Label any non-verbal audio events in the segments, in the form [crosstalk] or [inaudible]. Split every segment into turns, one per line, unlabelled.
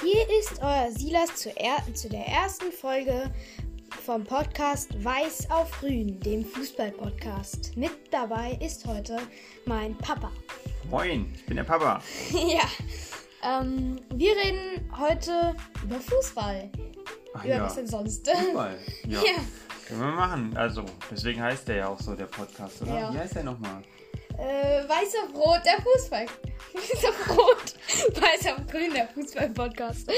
Hier ist euer Silas zu, er zu der ersten Folge vom Podcast Weiß auf Grün, dem Fußball-Podcast. Mit dabei ist heute mein Papa. [laughs]
Moin, ich bin der Papa.
ja, ähm, wir reden heute über Fußball.
Ach
über
ja,
was denn sonst?
Fußball. Ja.
[laughs] Ja.
Können wir machen. Also, deswegen heißt der ja auch so, der Podcast, oder?
Ja.
Wie heißt der nochmal?
Äh, weiß auf Rot, der Fußball. [laughs] Weiß auf Rot, Weiß auf Grün, der Fußball-Podcast.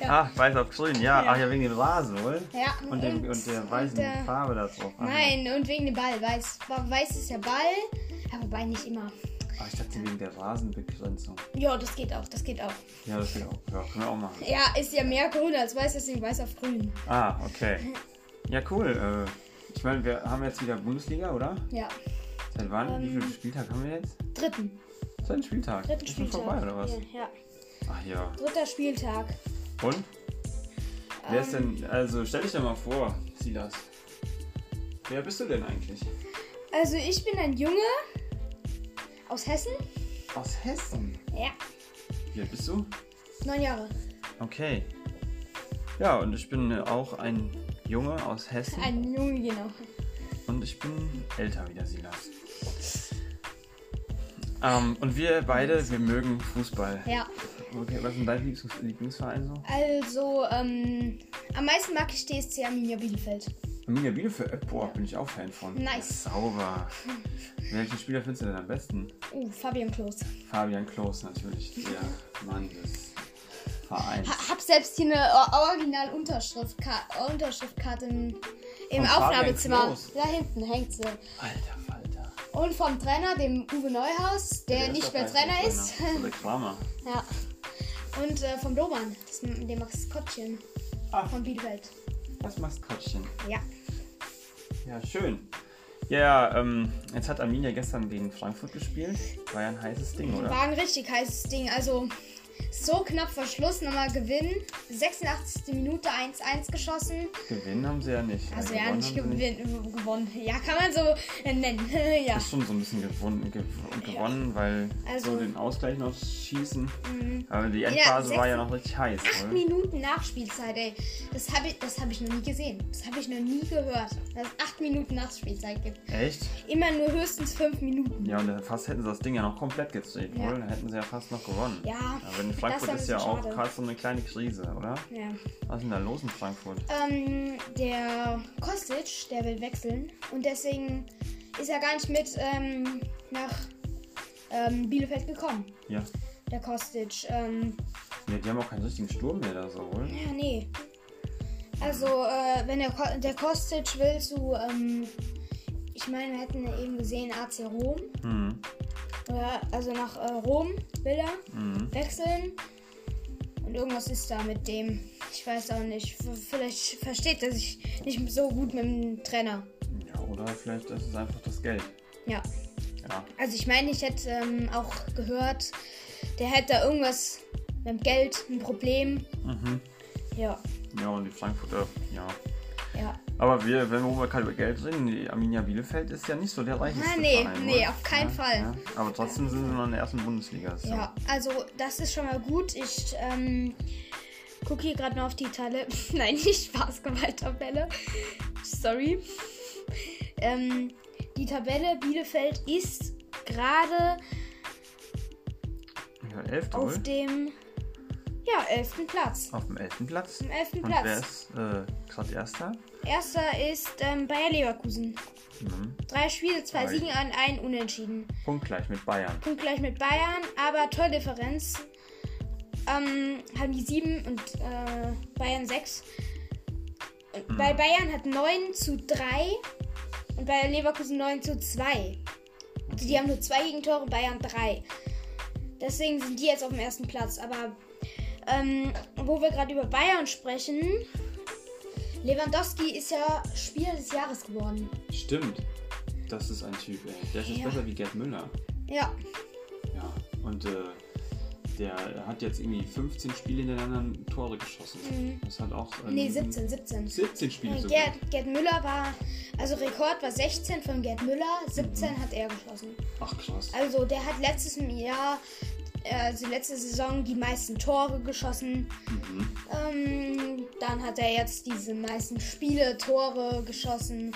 Ja.
Ach, Ah, weiß auf grün, ja.
Ja.
Ach ja, wegen dem Rasen, oder?
Ja,
Und, dem,
und-
und der
und
weißen
der-
Farbe da drauf. Ah, Ach,
Nein, und wegen dem Ball. Weiß, weiß ist der Ball, aber wobei nicht immer.
ja. Ah, ich dachte wegen der Rasenbegrenzung.
Ja, das geht auch, das geht auch.
Ja, das geht auch. Ja, können wir auch machen.
Ja, ist ja mehr grün als weiß, deswegen weiß auf grün.
Ah, okay. Ja, cool. Äh, ich meine, wir haben jetzt wieder Bundesliga, oder?
Ja.
Seit wann? Wie
Ähm.
viel Spieltag haben wir jetzt?
Dritten.
Das ist ein Spieltag.
Dritten
ist schon
Spieltag.
vorbei, oder was?
Ja, ja.
Ach ja.
Dritter Spieltag.
Und? Wer ist denn, also stell dich doch mal vor, Silas. Wer bist du denn eigentlich?
Also ich bin ein Junge aus Hessen.
Aus Hessen.
Ja.
Wer bist du?
Neun Jahre.
Okay. Ja, und ich bin äh, auch ein Junge aus Hessen.
Ein Junge, genau.
Und ich bin älter wie der Silas. Ähm, und wir beide, wir mögen Fußball.
Ja.
Okay, was ist denn dein Lieblings Lieblingsverein so?
Also, ähm, am meisten mag ich DSC Arminia Bielefeld.
Arminia Bielefeld, äh, boah, bin ich auch Fan von.
Nice.
Sauber. Welchen Spieler findest du denn am besten?
Uh, Fabian Klos.
Fabian Klos natürlich, der Mann des Vereins.
Ha- Hab selbst hier eine o- original Unterschriftka- Unterschriftkarte im, im
Fabian
Aufnahmezimmer.
Klos.
Da hinten hängt sie.
Alter Falter.
Und vom Trainer, dem Uwe Neuhaus, der, nicht mehr Trainer ist.
Der Kramer.
[laughs] Ja. Und äh, vom Doman, das- dem Maskottchen
Ach,
von Bielefeld.
das Maskottchen.
Ja.
Ja, schön. Ja, ähm, jetzt hat Arminia gestern gegen Frankfurt gespielt. War ja ein heißes Ding, oder?
War ein richtig heißes Ding. Also so knapp vor Schluss nochmal gewinnen. 86. Minute 1-1 geschossen.
Gewinnen haben sie ja nicht.
Also
Äh,
ja,
gewonnen
nicht
haben sie
gewinn, gewonnen. Ja, kann man so äh, nennen. [laughs] ja.
Ist schon so ein bisschen gewonnen, gew gewonnen weil
Also- Mhm.
so den Ausgleich noch schießen. Aber die Endphase war ja noch richtig heiß,
Acht
oder?
Minuten Nachspielzeit, ey. Das habe ich, das hab ich noch nie gesehen. Das habe ich noch nie gehört, dass es acht Minuten Nachspielzeit gibt.
Echt?
Immer nur höchstens fünf Minuten.
Ja, und dann fast hätten sie das Ding ja noch komplett gedreht,
Ja.
ja. Dann hätten sie ja fast noch gewonnen.
Ja,
Aber in
das
Frankfurt
war ein
ist ja
bisschen
auch
schade.
gerade so eine kleine Krise, oder?
Ja.
Was ist denn da los in Frankfurt?
Ähm, der Kostic, der will wechseln und deswegen ist er gar nicht mit ähm, nach ähm, Bielefeld gekommen.
Ja.
Der Kostic. Ähm,
ja. Die haben auch keinen richtigen Sturm mehr da so, oder?
ja, nee. Also, äh, wenn der, Ko- der Kostic will zu, ähm, ich meine, wir hätten eben gesehen, AC Rom,
Hm.
oder, also nach äh, Rom will er
Mhm.
wechseln. Und irgendwas ist da mit dem. Ich weiß auch nicht. V- Vielleicht versteht er sich nicht so gut mit dem Trainer.
Ja, oder vielleicht ist es einfach das Geld.
Ja.
Ja.
Also ich meine, ich hätte ähm, auch gehört, der hätte da irgendwas mit dem Geld, ein Problem.
Mhm.
Ja,
Ja, und die Frankfurter, ja.
ja.
Aber wir, wenn wir mal gerade über Geld reden, die Arminia Bielefeld ist ja nicht so der reicheste
Ah, nee,
Verein,
nee,
oder?
auf keinen
ja,
Fall.
Ja. Aber trotzdem sind sie noch in der ersten Bundesliga. ist
Ja, also das ist schon mal gut. Ich ähm, gucke hier gerade noch auf die Tabelle. [laughs] Nein, nicht Basketball-Tabelle. Sorry. Ähm, die Tabelle Bielefeld ist gerade
Ja, elfte,
auf
oder?
dem ja, 11. Platz.
Auf dem elften Platz.
Im 11.
Und wer
Platz.
ist äh, gerade Erster?
Erster ist ähm, Bayer Leverkusen.
Mhm.
Drei Spiele, zwei
Drei.
Siegen und ein Unentschieden.
Punktgleich mit Bayern.
Punktgleich mit Bayern, aber Tordifferenz ähm, haben die 7 und äh, Bayern 6. Und Bei Bayern hat 9 zu 3 und bei Leverkusen 9 zu 2. Also die haben nur 2 Gegentore, Bayern 3. Deswegen sind die jetzt auf dem ersten Platz. Aber ähm, wo wir gerade über Bayern sprechen, Lewandowski ist ja Spieler des Jahres geworden.
Stimmt. Das ist ein Typ, ey. Der ist jetzt
Ja.
besser wie Gerd Müller.
Ja,
Ja. Und äh, der hat jetzt irgendwie 15 Spiele hintereinander Tore geschossen. Das hat auch. ähm,
Mhm. nee, 17, 17.
17 Spiele
Und
sogar.
Gerd, Gerd Müller war, also Rekord war 16 von Gerd Müller, 17 hat er geschossen.
Ach krass.
Also der hat letztes Jahr also letzte Saison die meisten Tore geschossen.
Mhm.
Ähm, dann hat er jetzt diese meisten Spiele, Tore geschossen.
Mhm.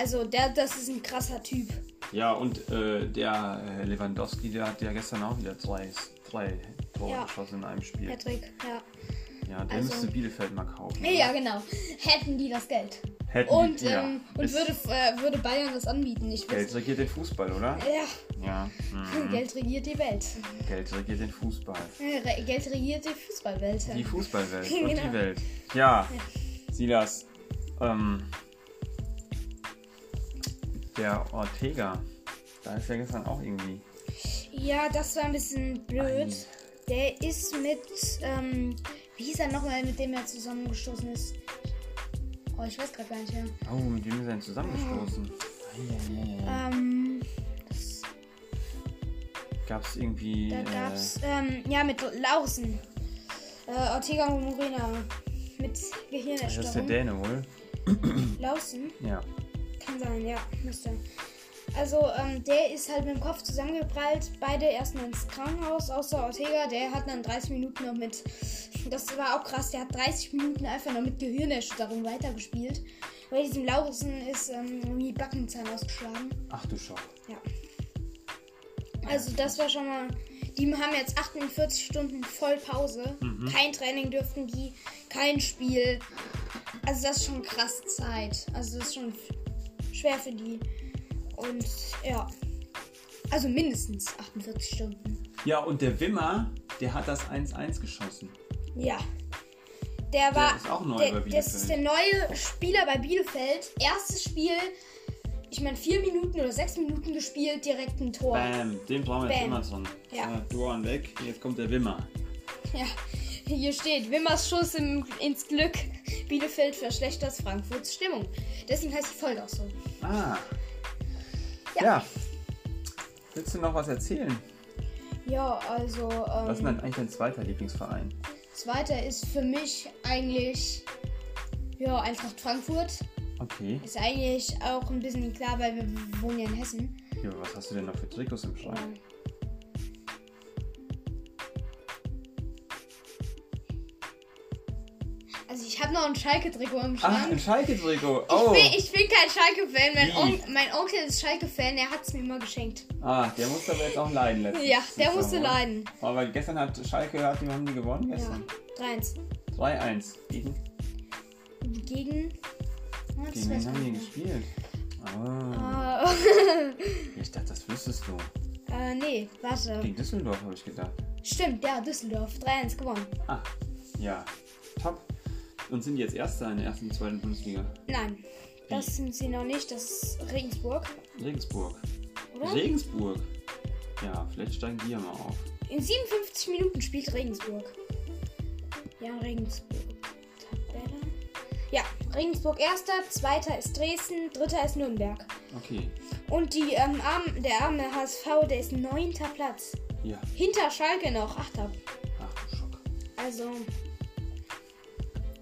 Also der, das ist ein krasser Typ.
Ja, und äh, der äh, Lewandowski, der hat ja gestern auch wieder drei, drei Tore
Ja.
geschossen in einem Spiel.
Patrick, ja.
Ja, der
also-
müsste Bielefeld mal kaufen.
Ja, genau. Hätten die das Geld.
Hätten
Und,
die- ja.
ähm, und
Ist-
würde, äh, würde Bayern das anbieten. Ich weiß.
Geld regiert den Fußball, oder?
Ja,
Ja. Mhm.
Geld regiert die Welt.
Geld regiert den Fußball.
Äh, Re Geld regiert die Fußballwelt. [laughs]
Die Fußballwelt und
Genau.
die Welt. Ja, Silas, ähm, der Ortega, da ist ja gestern auch irgendwie.
Ja, das war ein bisschen blöd.
Ei.
Der ist mit, ähm, wie hieß er nochmal, mit dem er zusammengestoßen ist? Oh, ich weiß gerade gar nicht mehr.
Oh, mit dem ist er denn zusammengestoßen.
Ähm,
Gab es irgendwie. äh,
da gab's, ähm, ja, mit Lausen. Äh, Ortega und Morena. Mit
Äh, das ist der
Gehirnerstörung.
Däne wohl.
Lausen?
Ja.
Kann sein, ja, müsste. Also, ähm, der ist halt mit dem Kopf zusammengeprallt. Beide erstmal ins Krankenhaus, außer Ortega. Der hat dann 30 Minuten noch mit. Das war auch krass. Der hat 30 Minuten einfach noch mit Gehirnerschütterung weitergespielt. Bei diesem Lauritsen ist ähm, irgendwie Backenzahn ausgeschlagen.
Ach du Schock.
Ja. Also, das war schon mal. Die haben jetzt 48 Stunden voll Pause.
Mhm.
Kein Training dürften die, kein Spiel. Also, das ist schon krass Zeit. Also, das ist schon f- schwer für die. Und ja. Also, mindestens 48 Stunden.
Ja, und der Wimmer, der hat das 1-1 geschossen.
Ja. Der war.
ist auch neu
der,
bei
Das ist der neue Spieler bei Bielefeld. Erstes Spiel. Ich meine, vier Minuten oder sechs Minuten gespielt, direkt ein Tor.
Bam, den brauchen wir jetzt
Oh. Bam.
immer dran.
Ja.
Äh, Duan weg, jetzt kommt der Wimmer.
Ja, hier steht Wimmers Schuss im, ins Glück. Bielefeld verschlechtert Frankfurts Stimmung. Deswegen heißt die Folge auch so.
Ah.
Ja.
Willst du noch was erzählen?
Ja, also
Was ist denn
ähm,
eigentlich dein zweiter Lieblingsverein?
zweiter ist für mich eigentlich ja Eintracht Frankfurt.
Okay.
Ist eigentlich auch ein bisschen klar, weil wir wohnen ja in Hessen.
Ja, aber was hast du denn noch für Trikots im Schrank?
Also ich habe noch ein Schalke-Trikot im
Ach, Ah, ein
Schrank.
Schalke-Trikot.
ich,
Oh.
bin, ich bin kein Schalke-Fan. Mein,
Wie?
On mein Onkel ist Schalke-Fan. Er hat es mir immer geschenkt.
Ah, der musste aber jetzt auch leiden letztens.
Ja, der musste
Sommer.
leiden.
Aber gestern hat Schalke, hat die, haben die gewonnen
Ja,
gestern?
3-1.
3-1. Gegen,
Gegen. Ah, das weiß
gegen wen
ich
haben die
nicht
gespielt? Ah,
mehr.
ich dachte, das wüsstest du.
[laughs] Äh, äh, nee, warte.
Gegen Düsseldorf, habe ich gedacht.
Stimmt, ja, Düsseldorf. 3-1 gewonnen.
Ah, ja. Top. Und sind die jetzt Erster in der ersten und zweiten Bundesliga?
Nein, das sind sie noch nicht. Das ist Regensburg,
Regensburg.
oder?
Regensburg. Ja, vielleicht steigen die ja mal auf.
In 57 Minuten spielt Regensburg. Ja, Regensburg. Tabelle. Ja, Regensburg erster, zweiter ist Dresden, dritter ist Nürnberg.
Okay.
Und die, ähm, arm, der arme HSV, der ist neunter Platz.
Ja.
Hinter Schalke noch, achter.
Ach du Schock.
Also,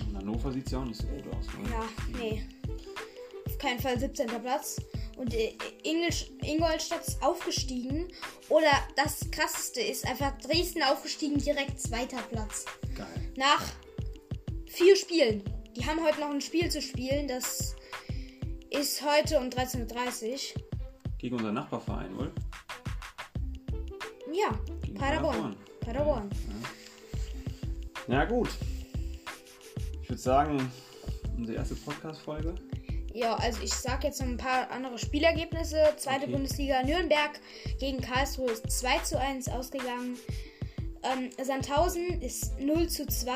Und Hannover sieht ja auch nicht so gut aus. ne? Oder?
ja, nee. Auf keinen Fall 17. Platz. Und äh, Englisch, Ingolstadt ist aufgestiegen. Oder das krasseste ist einfach Dresden aufgestiegen, direkt zweiter Platz.
Geil.
nach vier Spielen. Die haben heute noch ein Spiel zu spielen. Das ist heute um 13.30 Uhr.
Gegen unseren Nachbarverein, oder?
Ja,
Gegen
Paderborn. Paderborn.
Na gut. Ich würde sagen, unsere erste Podcast-Folge.
Ja, also ich sag jetzt noch ein paar andere Spielergebnisse. Zweite
Okay.
Bundesliga Nürnberg gegen Karlsruhe ist 2 zu 1 ausgegangen. Ähm, Sandhausen ist 0 zu 2,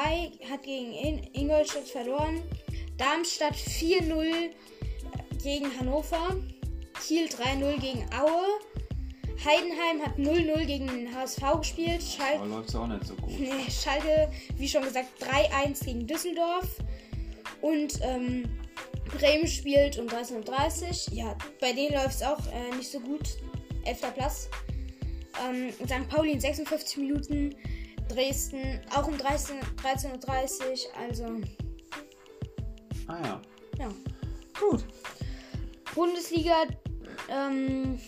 hat gegen In Ingolstadt verloren. Darmstadt 4-0 gegen Hannover. Kiel 3-0 gegen Aue. Heidenheim hat 0-0 gegen den HSV gespielt. Schalke
Aber läuft es auch nicht so gut.
Nee, Schalke, wie schon gesagt, 3-1 gegen Düsseldorf. Und ähm, Bremen spielt um 13.30 Uhr. Ja, bei denen läuft es auch äh, nicht so gut. Elfter Platz. Ähm, St. Pauli in 56 Minuten. Dresden auch um 13 13.30 Uhr. Also,
Ah ja.
ja.
Gut.
Bundesliga, ähm,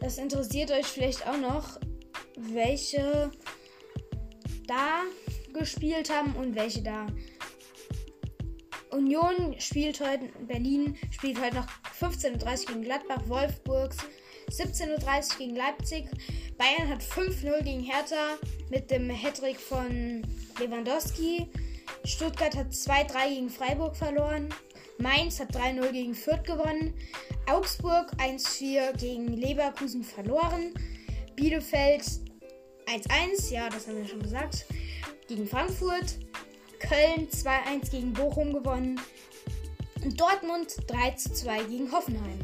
das interessiert euch vielleicht auch noch. welche da gespielt haben und welche da. Union spielt heute, Berlin spielt heute noch 15.30 Uhr gegen Gladbach, Wolfsburgs 17.30 Uhr gegen Leipzig. Bayern hat 5-0 gegen Hertha mit dem Hattrick von Lewandowski. Stuttgart hat 2-3 gegen Freiburg verloren. Mainz hat 3-0 gegen Fürth gewonnen. Augsburg 1-4 gegen Leverkusen verloren. Bielefeld 1-1, ja, das haben wir schon gesagt, gegen Frankfurt. Köln 2-1 gegen Bochum gewonnen. Und Dortmund 3-2 gegen Hoffenheim.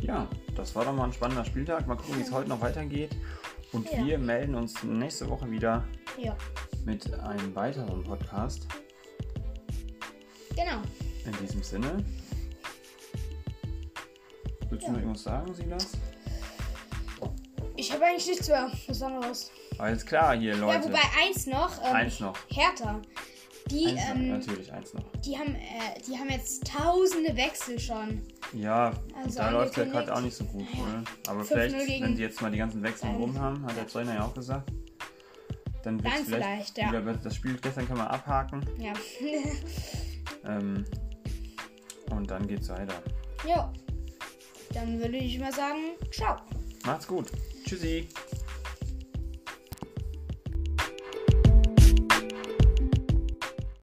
Ja, das war doch mal ein spannender Spieltag. Mal gucken, wie es heute noch weitergeht. Und
Ja.
wir melden uns nächste Woche wieder
Ja,
mit einem weiteren Podcast.
genau.
In diesem Sinne. Willst du
Ja.
noch irgendwas sagen, Silas?
Ich habe eigentlich nichts mehr Besonderes.
Alles klar, hier, Leute.
Ja, wobei eins noch. Ähm,
Eins noch.
Hertha. Die,
Eins noch,
ähm,
natürlich, eins noch.
die, haben, äh, die haben jetzt tausende Wechsel schon.
Ja,
Also
da läuft der
angekündigt.
gerade auch nicht so gut. Ne? Aber
5-0
vielleicht,
gegen
wenn sie jetzt mal die ganzen Wechsel
Bayern.
rum haben, hat der Zeuner ja auch gesagt, dann wird
Dann
es vielleicht
vielleicht, ja.
wieder besser. Das Spiel gestern kann man abhaken
Ja. [laughs]
ähm, und dann geht's weiter.
jo. Dann würde ich mal sagen, ciao.
Macht's gut. Tschüssi.